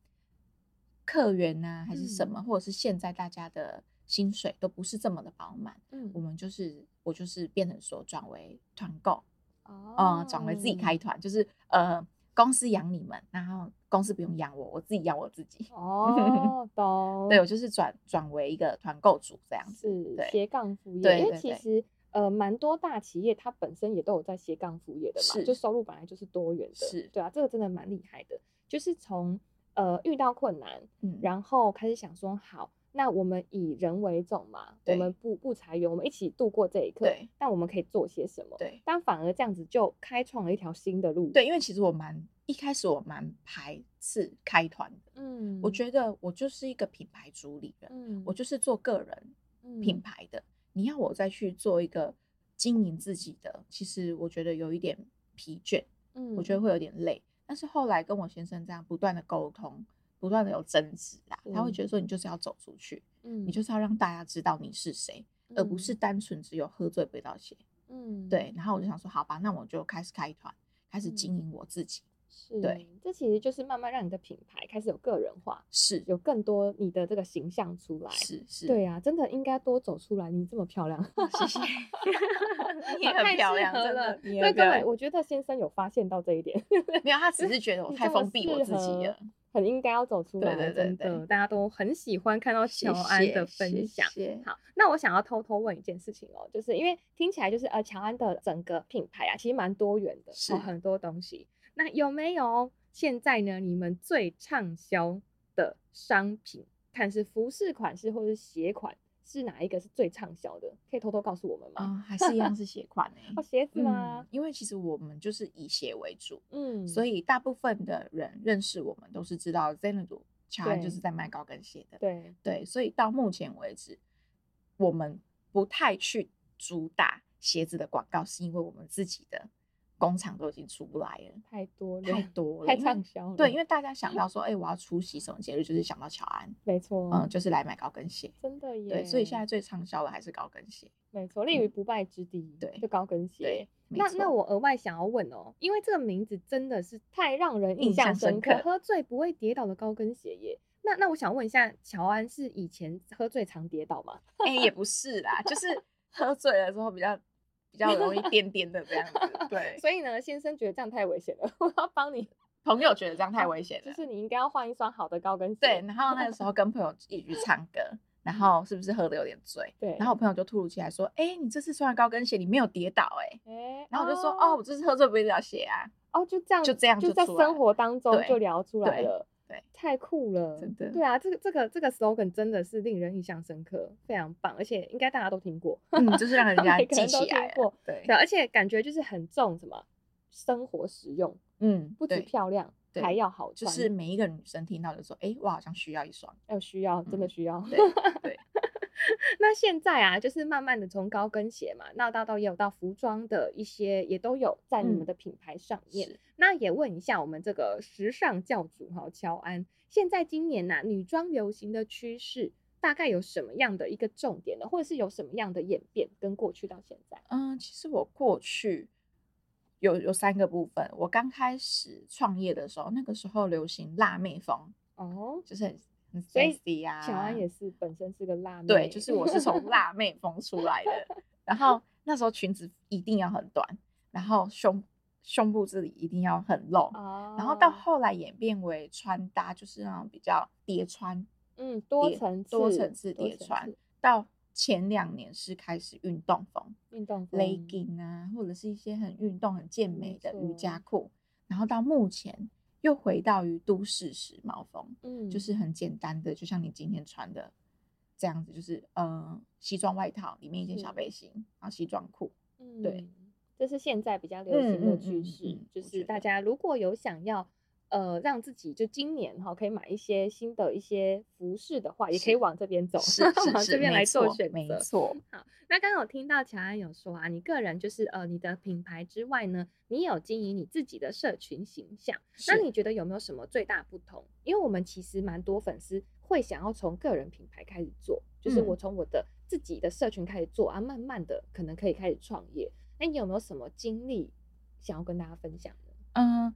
Speaker 1: 客源呐、还是什么，或者是现在大家的薪水都不是这么的饱满，
Speaker 2: 嗯
Speaker 1: 我们就是我就是变成说转为团购，
Speaker 2: 哦
Speaker 1: 呃，转为自己开团，就是呃公司养你们，然后公司不用养我，我自己养我自己。 *laughs*
Speaker 2: 哦，懂，
Speaker 1: 对，我就是转转为一个团购主这样子。
Speaker 2: 是
Speaker 1: 对
Speaker 2: 斜杠副业，
Speaker 1: 对
Speaker 2: 因为
Speaker 1: 对
Speaker 2: 其
Speaker 1: 对
Speaker 2: 实呃，蛮多大企业它本身也都有在斜杠副业的嘛，
Speaker 1: 是
Speaker 2: 就收入本来就是多元的，
Speaker 1: 是
Speaker 2: 对啊，这个真的蛮厉害的，就是从呃遇到困难，
Speaker 1: 嗯，
Speaker 2: 然后开始想说好。那我们以人为重嘛，我
Speaker 1: 对
Speaker 2: 们不不裁员，我们一起度过这一刻
Speaker 1: 对。
Speaker 2: 但我们可以做些什么？
Speaker 1: 对
Speaker 2: 但反而这样子就开创了一条新的路。，
Speaker 1: 对，因为其实我蛮一开始我蛮排斥开团的，
Speaker 2: 嗯，
Speaker 1: 我觉得我就是一个品牌主理人，
Speaker 2: 嗯，
Speaker 1: 我就是做个人
Speaker 2: 嗯
Speaker 1: 品牌的，你要我再去做一个经营自己的，其实我觉得有一点疲倦，
Speaker 2: 嗯，
Speaker 1: 我觉得会有点累。但是后来跟我先生这样不断的沟通，不断的有争执啦，他会觉得说你就是要走出去，
Speaker 2: 嗯，
Speaker 1: 你就是要让大家知道你是谁，而不是单纯只有喝醉不道歉。
Speaker 2: 嗯，嗯，
Speaker 1: 对，然后我就想说，好吧，那我就开始开团，开始
Speaker 2: 嗯
Speaker 1: 经营我自己。
Speaker 2: 是，
Speaker 1: 对，
Speaker 2: 这其实就是慢慢让你的品牌开始有个人化，
Speaker 1: 是
Speaker 2: 有更多你的这个形象出来。
Speaker 1: 是是，
Speaker 2: 对啊，真的应该多走出来。你这么漂
Speaker 1: *laughs*
Speaker 2: 亮，。
Speaker 1: 谢谢你也很
Speaker 2: 太
Speaker 1: 漂
Speaker 2: 适
Speaker 1: 亮，
Speaker 2: 合
Speaker 1: 真
Speaker 2: 了
Speaker 1: 的，你也
Speaker 2: 对，
Speaker 1: 很漂
Speaker 2: 根本
Speaker 1: 亮。
Speaker 2: 我觉得先生有发现到这一点， *laughs*
Speaker 1: 没有，他只是觉得我
Speaker 2: 你
Speaker 1: 太
Speaker 2: 这么
Speaker 1: 封闭我
Speaker 2: 适
Speaker 1: 自己
Speaker 2: 合
Speaker 1: 了。
Speaker 2: 很应该要走出
Speaker 1: 对
Speaker 2: 来。啊
Speaker 1: 对对
Speaker 2: 真
Speaker 1: 对
Speaker 2: 的大家都很喜欢看到
Speaker 1: 谢
Speaker 2: 乔安
Speaker 1: 谢
Speaker 2: 的分
Speaker 1: 谢
Speaker 2: 享。
Speaker 1: 谢
Speaker 2: 好，那我想要偷偷问一件事情哦，就是因为听起来就是呃，乔安的整个品牌啊，其实蛮多元的，
Speaker 1: 是
Speaker 2: 哦、很多东西。那有没有现在呢？你们最畅销的商品，看是服饰款式或是鞋款，是哪一个是最畅销的？可以偷偷告诉我们吗？
Speaker 1: 嗯，还是一样是鞋款
Speaker 2: *laughs* 哦，
Speaker 1: 哎。
Speaker 2: 鞋子
Speaker 1: 嗯
Speaker 2: 吗？，
Speaker 1: 因为其实我们就是以鞋为主，
Speaker 2: 嗯，
Speaker 1: 所
Speaker 2: 以
Speaker 1: 以大部分的人认识我们都是知道 Zenadu 乔安就是
Speaker 2: 对
Speaker 1: 在卖高跟鞋的。
Speaker 2: 对，
Speaker 1: 对，所以到目前为止，我们不太去主打鞋子的广告，是因为我们自己的工厂都已经出不来了，
Speaker 2: 太多了，
Speaker 1: 太多了，
Speaker 2: 太
Speaker 1: 因为
Speaker 2: 畅销了。
Speaker 1: 对，因为大家想到说，哎、我要出席什么节日，就是想到乔安，
Speaker 2: 没错，
Speaker 1: 嗯，就是来买高跟鞋。
Speaker 2: 真的耶。
Speaker 1: 对，所以现在最畅销的还是高跟鞋。
Speaker 2: 没错，立于不败之地，
Speaker 1: 对
Speaker 2: 就高跟鞋
Speaker 1: 对。，没
Speaker 2: 那那
Speaker 1: 错
Speaker 2: 我额外想要问哦，因为这个名字真的是太让人印
Speaker 1: 印
Speaker 2: 象
Speaker 1: 象
Speaker 2: 深
Speaker 1: 深
Speaker 2: 刻，
Speaker 1: 刻
Speaker 2: 喝醉不会跌倒的高跟鞋耶。那那我想问一下，乔安是以前喝醉常跌倒吗？ *laughs*
Speaker 1: 哎、也不是啦，就是 *laughs* 喝醉了之后比较比较容易颠颠的这样子。
Speaker 2: *laughs*
Speaker 1: 对，
Speaker 2: 所以呢，先生觉得这样太危险了， *laughs* 我要帮你，
Speaker 1: 朋友觉得这样太危险
Speaker 2: 就
Speaker 1: 了。
Speaker 2: 是你应该要换一双好的高跟鞋。
Speaker 1: 对，然后那个时候跟朋友一起去唱歌，然后是不是喝的有点醉？
Speaker 2: 对，
Speaker 1: 然后我朋友就突如其来说：“哎、你这次穿的高跟鞋，你没有跌倒哎、
Speaker 2: 哎，
Speaker 1: 然后我就说：“哦，我这次喝醉不会跌倒鞋啊。
Speaker 2: 哦，就这样，
Speaker 1: 就这样
Speaker 2: 就
Speaker 1: 就
Speaker 2: 在
Speaker 1: 出来
Speaker 2: 生活当中
Speaker 1: 对
Speaker 2: 就聊出来
Speaker 1: 对
Speaker 2: 了，
Speaker 1: 对
Speaker 2: 太酷了，
Speaker 1: 真的
Speaker 2: 对啊，这个这个这个 slogan 真的是令人印象深刻，非常棒，而且应该大家都听过，” *laughs*
Speaker 1: 嗯，就是让人家
Speaker 2: 每个
Speaker 1: 记
Speaker 2: 人都
Speaker 1: 起
Speaker 2: 听
Speaker 1: 来了
Speaker 2: 过。
Speaker 1: 对
Speaker 2: 对，，而且感觉就是很重什么生活实用，
Speaker 1: 嗯，
Speaker 2: 不止
Speaker 1: 对
Speaker 2: 漂亮，
Speaker 1: 对
Speaker 2: 还要好
Speaker 1: 就
Speaker 2: 穿，
Speaker 1: 是每一个女生听到就说：“哎、我好像需要一双。
Speaker 2: 要需要，真的
Speaker 1: 嗯
Speaker 2: 需要。 *laughs*
Speaker 1: 对对，
Speaker 2: 那现在啊，就是慢慢的从高跟鞋嘛，那到到也有到服装的一些，也都有在你们
Speaker 1: 嗯
Speaker 2: 的品牌上面。
Speaker 1: 是
Speaker 2: 那也问一下我们这个时尚教主哈乔安，现在今年呐、女装流行的趋势。大概有什么样的一个重点呢，或者是有什么样的演变，跟过去到现在？
Speaker 1: 嗯，其实我过去有有三个部分。我刚开始创业的时候，那个时候流行辣妹风，
Speaker 2: 哦，
Speaker 1: 就是很很
Speaker 2: 所以
Speaker 1: sexy 啊。
Speaker 2: 乔安也是本身是个辣妹，
Speaker 1: 对，就是我是
Speaker 2: *laughs*
Speaker 1: 从辣妹风出来的。然后那时候裙子一定要很短，然后胸胸部这里一定要很露。
Speaker 2: 哦，
Speaker 1: 然后到后来演变为穿搭，就是那种比较叠穿，
Speaker 2: 嗯，多
Speaker 1: 叠
Speaker 2: 层次、
Speaker 1: 多层次
Speaker 2: 多
Speaker 1: 叠
Speaker 2: 层
Speaker 1: 穿
Speaker 2: 次。
Speaker 1: 到前两年是开始运动风，
Speaker 2: 运动风
Speaker 1: legging 啊，或者是一些很运动、很健
Speaker 2: 哦没
Speaker 1: 美的瑜
Speaker 2: 错
Speaker 1: 伽裤，然后到目前又回到于都市时髦风，
Speaker 2: 嗯，
Speaker 1: 就是很简单的，就像你今天穿的这样子，就是呃西装外套里面一件小
Speaker 2: 嗯
Speaker 1: 背心，然后西装裤，对
Speaker 2: 嗯，这是现在比较流行的
Speaker 1: 嗯嗯
Speaker 2: 趋
Speaker 1: 嗯
Speaker 2: 势，
Speaker 1: 嗯我
Speaker 2: 就
Speaker 1: 觉
Speaker 2: 是
Speaker 1: 得
Speaker 2: 大家如果有想要。呃，让自己就今年哈、可以买一些新的一些服饰的话，也可以
Speaker 1: 是
Speaker 2: 往这边走， *laughs*
Speaker 1: 是
Speaker 2: 往
Speaker 1: 是
Speaker 2: 这
Speaker 1: 是，
Speaker 2: 边
Speaker 1: 没
Speaker 2: 来做
Speaker 1: 错
Speaker 2: 选
Speaker 1: 没
Speaker 2: 择。
Speaker 1: 错，
Speaker 2: 那刚刚有听到乔安有说啊，你个人就是呃，你的品牌之外呢，你也有经营你自己的社群形象。那
Speaker 1: 是
Speaker 2: 你觉得有没有什么最大不同？因为我们其实蛮多粉丝会想要从个人品牌开始做，就是我
Speaker 1: 嗯
Speaker 2: 从我的自己的社群开始做啊，慢慢的可能可以开始创业。那你有没有什么经历想要跟大家分享的？
Speaker 1: 嗯、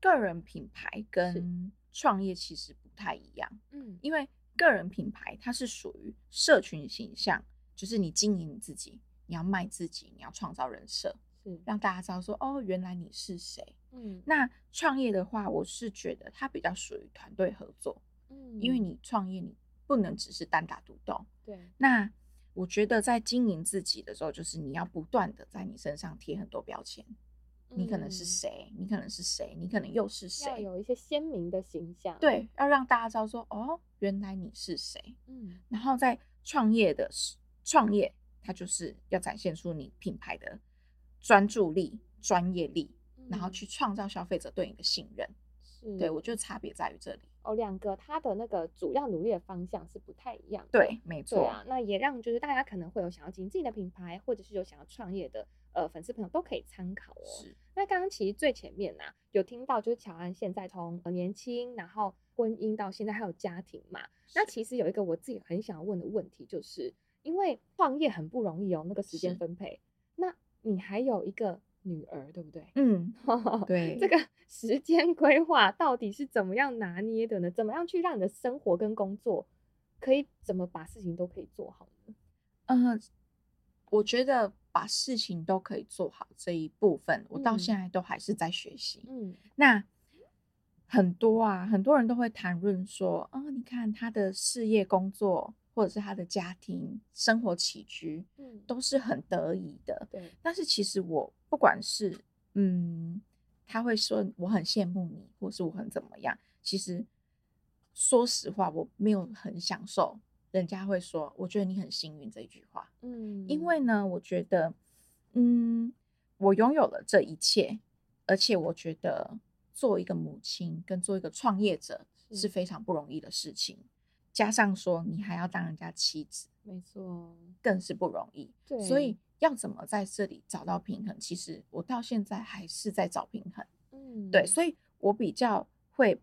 Speaker 1: 个人品牌跟创业其实不太一样，
Speaker 2: 嗯
Speaker 1: 因为个人品牌它是属于社群形象，就是你经营你自己，你要卖自己，你要创造人设，
Speaker 2: 是，
Speaker 1: 让大家知道说哦，原来你是谁。
Speaker 2: 嗯
Speaker 1: 那创业的话，我是觉得它比较属于团队合作，
Speaker 2: 嗯
Speaker 1: 因为你创业你不能只是单打独斗。
Speaker 2: 对，
Speaker 1: 那我觉得在经营自己的时候，就是你要不断的在你身上贴很多标签，你可能是
Speaker 2: 嗯？
Speaker 1: 谁，你可能是谁，你可能又是
Speaker 2: 要
Speaker 1: 谁，
Speaker 2: 有一些鲜明的形象。，
Speaker 1: 对，要让大家知道说哦，原来你是谁。
Speaker 2: 嗯
Speaker 1: 然后在创业的时创业，它就是要展现出你品牌的专注力、专业力，然后
Speaker 2: 嗯
Speaker 1: 去创造消费者对你的信任。
Speaker 2: 是，
Speaker 1: 对我觉得差别在于这里。
Speaker 2: 哦，两个他的那个主要努力的方向是不太一样的。
Speaker 1: 对，没
Speaker 2: 对
Speaker 1: 错，
Speaker 2: 啊，那也让就是大家可能会有想要经营自己的品牌，或者是有想要创业的呃粉丝朋友都可以参考哦。
Speaker 1: 是
Speaker 2: 那刚刚其实最前面呐、有听到就是乔安现在从呃年轻，然后婚姻到现在还有家庭嘛。那
Speaker 1: 是
Speaker 2: 其实有一个我自己很想问的问题，就是因为创业很不容易哦，那个时间
Speaker 1: 是
Speaker 2: 分配。那你还有一个女儿，对不对？
Speaker 1: 嗯，
Speaker 2: *laughs*
Speaker 1: 对，
Speaker 2: 这个时间规划到底是怎么样拿捏的呢？怎么样去让你的生活跟工作可以怎么把事情都可以做好呢？
Speaker 1: 嗯，我觉得把事情都可以做好这一部分，我到
Speaker 2: 嗯
Speaker 1: 现在都还是在学习。
Speaker 2: 嗯，
Speaker 1: 那很多啊，很多人都会谈论说，哦，你看他的事业、工作，或者是他的家庭生活起居，
Speaker 2: 嗯
Speaker 1: 都是很得意的。
Speaker 2: 对，
Speaker 1: 但是其实我不管是嗯，他会说我很羡慕你，或是我很怎么样，其实说实话，我没有很享受。人家会说，我觉得你很幸运这一句话。
Speaker 2: 嗯
Speaker 1: 因为呢，我觉得，嗯，我拥有了这一切，而且我觉得做一个母亲跟做一个创业者
Speaker 2: 是
Speaker 1: 是非常不容易的事情，加上说你还要当人家妻子，
Speaker 2: 没错，
Speaker 1: 更是不容易。
Speaker 2: 对，
Speaker 1: 所以要怎么在这里找到平衡？其实我到现在还是在找平衡。
Speaker 2: 嗯，
Speaker 1: 对，所以我比较会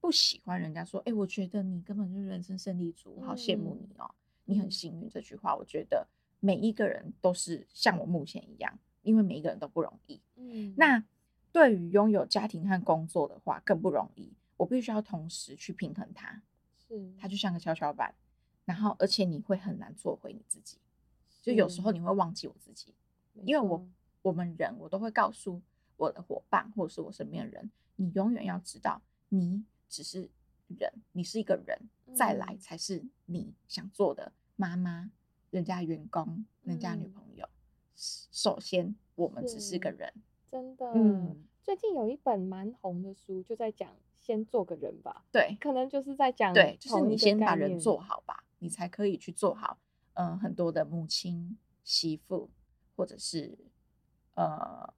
Speaker 1: 不喜欢人家说，哎、我觉得你根本就是人生胜利组，我好羡慕
Speaker 2: 嗯
Speaker 1: 你哦，你很
Speaker 2: 嗯
Speaker 1: 幸运这句话，我觉得每一个人都是像我目前一样，因为每一个人都不容易。
Speaker 2: 嗯，
Speaker 1: 那对于拥有家庭和工作的话，更不容易，我必须要同时去平衡它，
Speaker 2: 是
Speaker 1: 它就像个跷跷板，然后而且你会很难做回你自己，就有时候
Speaker 2: 是
Speaker 1: 你会忘记我自己，
Speaker 2: 没
Speaker 1: 因为我
Speaker 2: 错
Speaker 1: 我们人，我都会告诉我的伙伴或者是我身边的人，你永远要知道，你只是人，你是一个人，再来
Speaker 2: 嗯
Speaker 1: 才是你想做的妈妈、人家员工、人家女
Speaker 2: 嗯
Speaker 1: 朋友。首先，我们只是个
Speaker 2: 是
Speaker 1: 人，
Speaker 2: 真的，
Speaker 1: 嗯，
Speaker 2: 最近有一本蛮红的书，就在讲先做个人吧，
Speaker 1: 对
Speaker 2: 可能就是在讲
Speaker 1: 对，就是
Speaker 2: 同一
Speaker 1: 你
Speaker 2: 个
Speaker 1: 先
Speaker 2: 概
Speaker 1: 把人
Speaker 2: 念
Speaker 1: 做好吧，你才可以去做好，嗯、很多的母亲、媳妇，或者是呃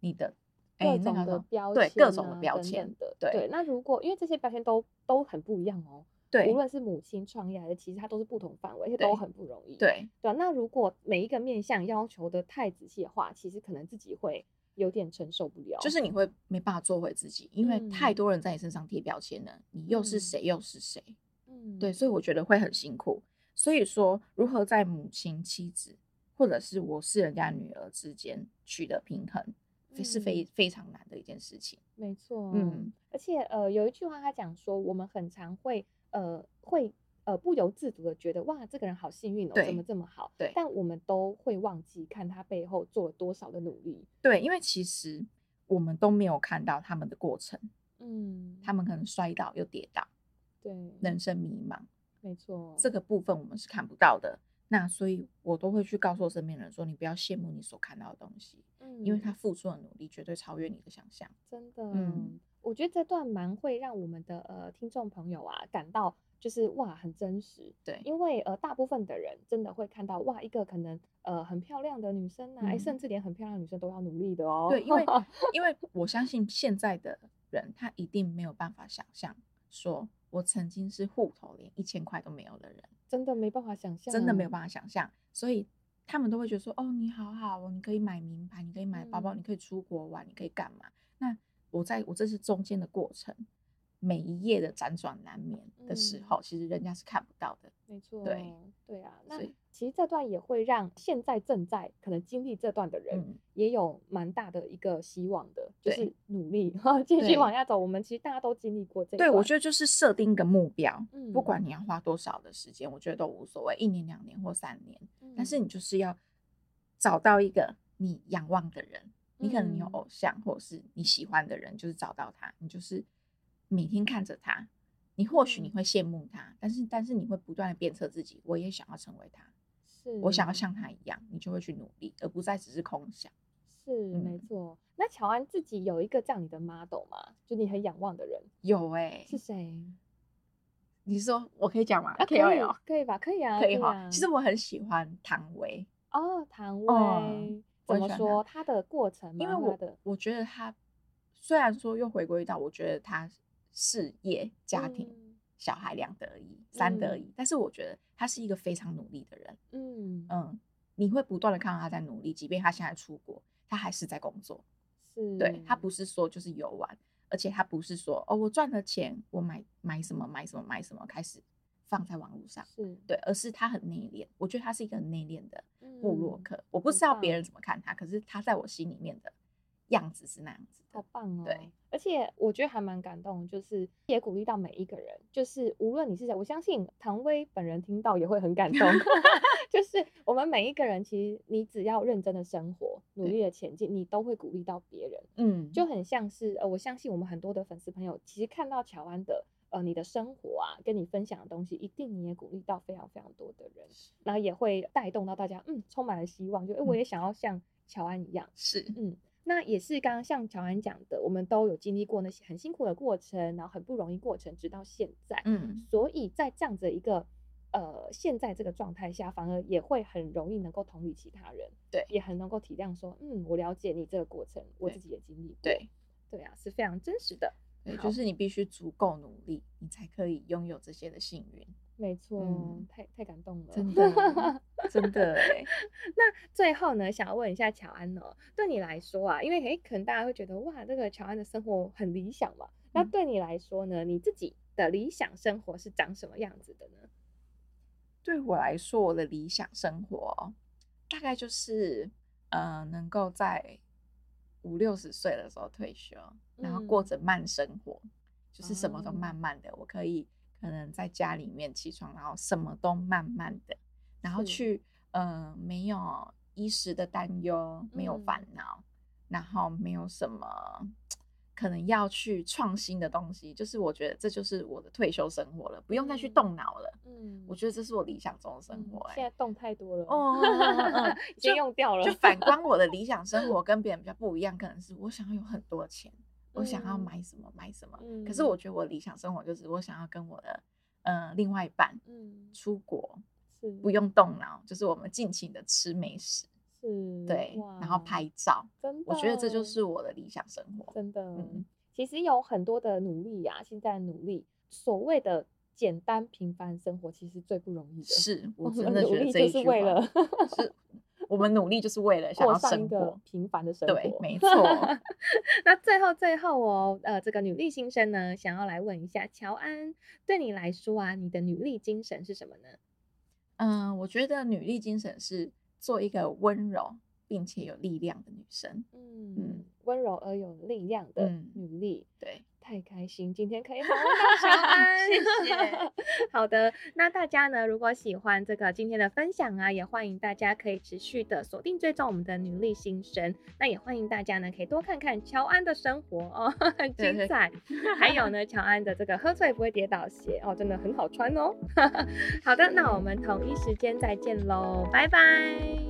Speaker 1: 你的哎、
Speaker 2: 各
Speaker 1: 那
Speaker 2: 种
Speaker 1: 个叫
Speaker 2: 的
Speaker 1: 什么
Speaker 2: 标
Speaker 1: 对
Speaker 2: 签、
Speaker 1: 各种的标
Speaker 2: 啊，等等
Speaker 1: 签
Speaker 2: 的，
Speaker 1: 对
Speaker 2: 那如果因为这些标签都都很不一样哦，
Speaker 1: 对
Speaker 2: 无论是母亲创业还是其实它都是不同范围，而且
Speaker 1: 对
Speaker 2: 都很不容易。
Speaker 1: 对
Speaker 2: 对啊、那如果每一个面向要求的太仔细的话，其实可能自己会有点承受不了。
Speaker 1: 就是你会没办法做回自己，因为太
Speaker 2: 嗯
Speaker 1: 多人在你身上贴标签了，你又是
Speaker 2: 嗯
Speaker 1: 谁又是谁，
Speaker 2: 嗯，
Speaker 1: 对，所以我觉得会很辛苦。所以说，如何在母亲、妻子，或者是我是人家女儿之间取得平衡，非是
Speaker 2: 嗯
Speaker 1: 非非常难的一件事情。
Speaker 2: 没错，哦
Speaker 1: 嗯，
Speaker 2: 而且呃，有一句话他讲说，我们很常会呃会呃不由自主的觉得哇，这个人好幸运哦，
Speaker 1: 对
Speaker 2: 怎么这么好？
Speaker 1: 对
Speaker 2: 但我们都会忘记看他背后做了多少的努力。
Speaker 1: 对，因为其实我们都没有看到他们的过程，
Speaker 2: 嗯，
Speaker 1: 他们可能摔倒又跌倒，
Speaker 2: 对，
Speaker 1: 人生迷茫
Speaker 2: 没错，
Speaker 1: 这个部分我们是看不到的。那所以，我都会去告诉我身边人说，你不要羡慕你所看到的东西，因为
Speaker 2: 嗯
Speaker 1: 他付出的努力绝对超越你的想象。
Speaker 2: 真的，
Speaker 1: 嗯
Speaker 2: 我觉得这段蛮会让我们的呃听众朋友啊感到就是哇很真实，
Speaker 1: 对
Speaker 2: 因为呃大部分的人真的会看到哇一个可能呃很漂亮的女生啊，哎、
Speaker 1: 嗯
Speaker 2: 甚至连很漂亮的女生都要努力的哦，
Speaker 1: 对，因为因为我相信现在的人，他一定没有办法想象，说我曾经是户头连一千块都没有的人，
Speaker 2: *laughs* 真的没办法想象，哦
Speaker 1: 真的没有
Speaker 2: 法，
Speaker 1: 办法想象，所以。他们都会觉得说，哦，你好好哦，你可以买名牌，你可以买包包，
Speaker 2: 嗯
Speaker 1: 你可以出国玩，你可以干嘛？那我在我这是中间的过程，每一页的辗转难眠的时
Speaker 2: 嗯
Speaker 1: 候，其实人家是看不到的。
Speaker 2: 没错，对啊，那
Speaker 1: 所以
Speaker 2: 其实这段也会让现在正在可能经历这段的人
Speaker 1: 嗯，
Speaker 2: 也有蛮大的一个希望的，就
Speaker 1: 对
Speaker 2: 是努力，哈，继续
Speaker 1: 对
Speaker 2: 往下走。我们其实大家都经历过这一
Speaker 1: 对，我
Speaker 2: 段
Speaker 1: 觉得就是设定一个目标，
Speaker 2: 嗯
Speaker 1: 不管你要花多少的时间，我觉得都无所谓，一年、两年或三年，但是
Speaker 2: 嗯
Speaker 1: 你就是要找到一个你仰望的人，你可能你有
Speaker 2: 嗯
Speaker 1: 偶像或者是你喜欢的人，就是找到他，你就是每天看着他，你或许你
Speaker 2: 嗯
Speaker 1: 会羡慕他，但是但是你会不断的鞭策自己，我也想要成为他，
Speaker 2: 是
Speaker 1: 我想要像他一样，你就会去努力，而不再只是空想。
Speaker 2: 是没
Speaker 1: 嗯
Speaker 2: 错。那乔安自己有一个这样你的 model 吗？就你很仰望的人
Speaker 1: 有哎、
Speaker 2: 是谁？
Speaker 1: 你说我可以讲吗？
Speaker 2: 啊，可
Speaker 1: KOL
Speaker 2: 以，可以吧？可以啊，
Speaker 1: 可以
Speaker 2: 哈
Speaker 1: 哈。。其实我很喜欢唐薇，
Speaker 2: 哦，唐薇、
Speaker 1: 嗯我
Speaker 2: 怎
Speaker 1: 很
Speaker 2: 么
Speaker 1: 喜欢
Speaker 2: 说？她的过程吗，
Speaker 1: 因为
Speaker 2: 她
Speaker 1: 我
Speaker 2: 的
Speaker 1: 我觉得他虽然说又回归到，我觉得他事业、家庭、
Speaker 2: 嗯
Speaker 1: 小孩两得一、三得一，但是我觉得他是一个非常努力的人。
Speaker 2: 嗯，嗯
Speaker 1: 嗯，你会不断的看到他在努力，即便他现在出国，他还是在工作。
Speaker 2: 是
Speaker 1: 嗯对他不是说就是游玩，而且他不是说哦，我赚了钱，我买买什么买什么买什么，开始放在网络上。
Speaker 2: 是
Speaker 1: 对，而是他很内敛，我觉得他是一个很内敛的布洛
Speaker 2: 嗯
Speaker 1: 克。我不
Speaker 2: 很
Speaker 1: 知道别
Speaker 2: 棒
Speaker 1: 人怎么看他，可是他在我心里面的样子是那样子
Speaker 2: 好
Speaker 1: 的。
Speaker 2: 棒哦！
Speaker 1: 对，
Speaker 2: 而且我觉得还蛮感动，就是也鼓励到每一个人，就是无论你是谁，我相信唐薇本人听到也会很
Speaker 1: *laughs*
Speaker 2: 感动。就是我们每一个人，其实你只要认真的生活，努
Speaker 1: 对
Speaker 2: 力的前进，你都会鼓励到别人，
Speaker 1: 嗯，
Speaker 2: 就很像是呃，我相信我们很多的粉丝朋友，其实看到乔安的。呃，你的生活啊，跟你分享的东西，一定你也鼓励到非常非常多的人，然后也会带动到大家，嗯，充满了希望，就哎、诶我
Speaker 1: 嗯
Speaker 2: 也想要像乔安一样，
Speaker 1: 是
Speaker 2: 嗯，那也是刚刚像乔安讲的，我们都有经历过那些很辛苦的过程，然后很不容易过程，直到现在。
Speaker 1: 嗯，
Speaker 2: 所以在这样子的一个呃现在这个状态下，反而也会很容易能够同理其他人，
Speaker 1: 对
Speaker 2: 也很能够体谅说，嗯，我了解你这个过程，我
Speaker 1: 对
Speaker 2: 自己也经历过，
Speaker 1: 对嗯
Speaker 2: 对啊，是非常真实的，
Speaker 1: 对，
Speaker 2: 好
Speaker 1: 就是你必须足够努力，你才可以拥有这些的幸
Speaker 2: *laughs*
Speaker 1: 运。
Speaker 2: 没错，
Speaker 1: 嗯
Speaker 2: 太太感动了，
Speaker 1: 真
Speaker 2: *laughs*
Speaker 1: 的真的哎、
Speaker 2: 那最后呢，想要问一下乔安哦，对你来说啊，因为诶，可能大家会觉得哇，这个乔安的生活很理想嘛。那
Speaker 1: 嗯
Speaker 2: 对你来说呢，你自己的理想生活是长什么样子的呢？
Speaker 1: 对我来说，我的理想生活大概就是，呃，能够在五六十岁的时候退休，然后过
Speaker 2: 嗯
Speaker 1: 着慢生活，就是什么都
Speaker 2: 哦
Speaker 1: 慢慢的。我可以可能在家里面起床，然后什么都慢慢的，然后
Speaker 2: 是
Speaker 1: 去，呃，没有衣食的担忧，没有
Speaker 2: 嗯
Speaker 1: 烦恼，然后没有什么。可能要去创新的东西，就是我觉得这就是我的退休生活了，不用再去
Speaker 2: 嗯
Speaker 1: 动脑了。
Speaker 2: 嗯
Speaker 1: 我觉得这是我理想中的生活、*laughs*
Speaker 2: 现
Speaker 1: 欸。
Speaker 2: 在 *laughs* 动太多了，
Speaker 1: 哦嗯嗯
Speaker 2: 已经
Speaker 1: 就
Speaker 2: 用掉了，
Speaker 1: 就
Speaker 2: *laughs*
Speaker 1: 反观我的理想生活跟别人比较不一样，可能是我想要有很多钱，我想要
Speaker 2: 嗯
Speaker 1: 买什么买什么。可是我觉得我的理想生活就是我想要跟我的呃另外一半
Speaker 2: 嗯
Speaker 1: 出国，
Speaker 2: 是
Speaker 1: 不用动脑，就是我们尽情的吃美食，
Speaker 2: 是
Speaker 1: 对，然后
Speaker 2: 哇嗯
Speaker 1: 拍照。
Speaker 2: 真的，
Speaker 1: 我觉得这就是我的理想生活。
Speaker 2: 真的，
Speaker 1: 嗯
Speaker 2: 其实有很多的努力呀、现在的努力，所谓的简单平凡生活，其实最不容易的。
Speaker 1: 是我
Speaker 2: 我
Speaker 1: 真
Speaker 2: 们
Speaker 1: 的
Speaker 2: 努
Speaker 1: 觉得
Speaker 2: 力
Speaker 1: 这
Speaker 2: 就
Speaker 1: 一
Speaker 2: 是
Speaker 1: 句
Speaker 2: 为
Speaker 1: 话
Speaker 2: 了
Speaker 1: 是我们努力就是为了想
Speaker 2: 过
Speaker 1: 要
Speaker 2: 上一
Speaker 1: 生
Speaker 2: 个
Speaker 1: 活。
Speaker 2: 平凡的生活。
Speaker 1: 对，
Speaker 2: *laughs*
Speaker 1: 没错。
Speaker 2: 那最后最后哦，呃，这个女力新生呢，想要来问一下乔安，对你来说啊，你的女力精神是什么呢？
Speaker 1: 嗯，我觉得女力精神是做一个温柔并且有力量的女生。
Speaker 2: 嗯，温柔而有力量的
Speaker 1: 嗯
Speaker 2: 女力。
Speaker 1: 对，
Speaker 2: 太开心，今天可以访问到乔安，
Speaker 1: *laughs* 谢谢。
Speaker 2: *laughs* 好的，那大家呢，如果喜欢这个今天的分享啊，也欢迎大家可以持续的锁定追踪我们的女力新生。那也欢迎大家呢，可以多看看乔安的生活哦， *laughs* 很
Speaker 1: 对
Speaker 2: 精
Speaker 1: 对
Speaker 2: 彩。还有呢，乔安的这个喝醉不会跌倒鞋哦，真的很好穿哦。 *laughs* 好的，那我们同一时间再见喽，拜拜。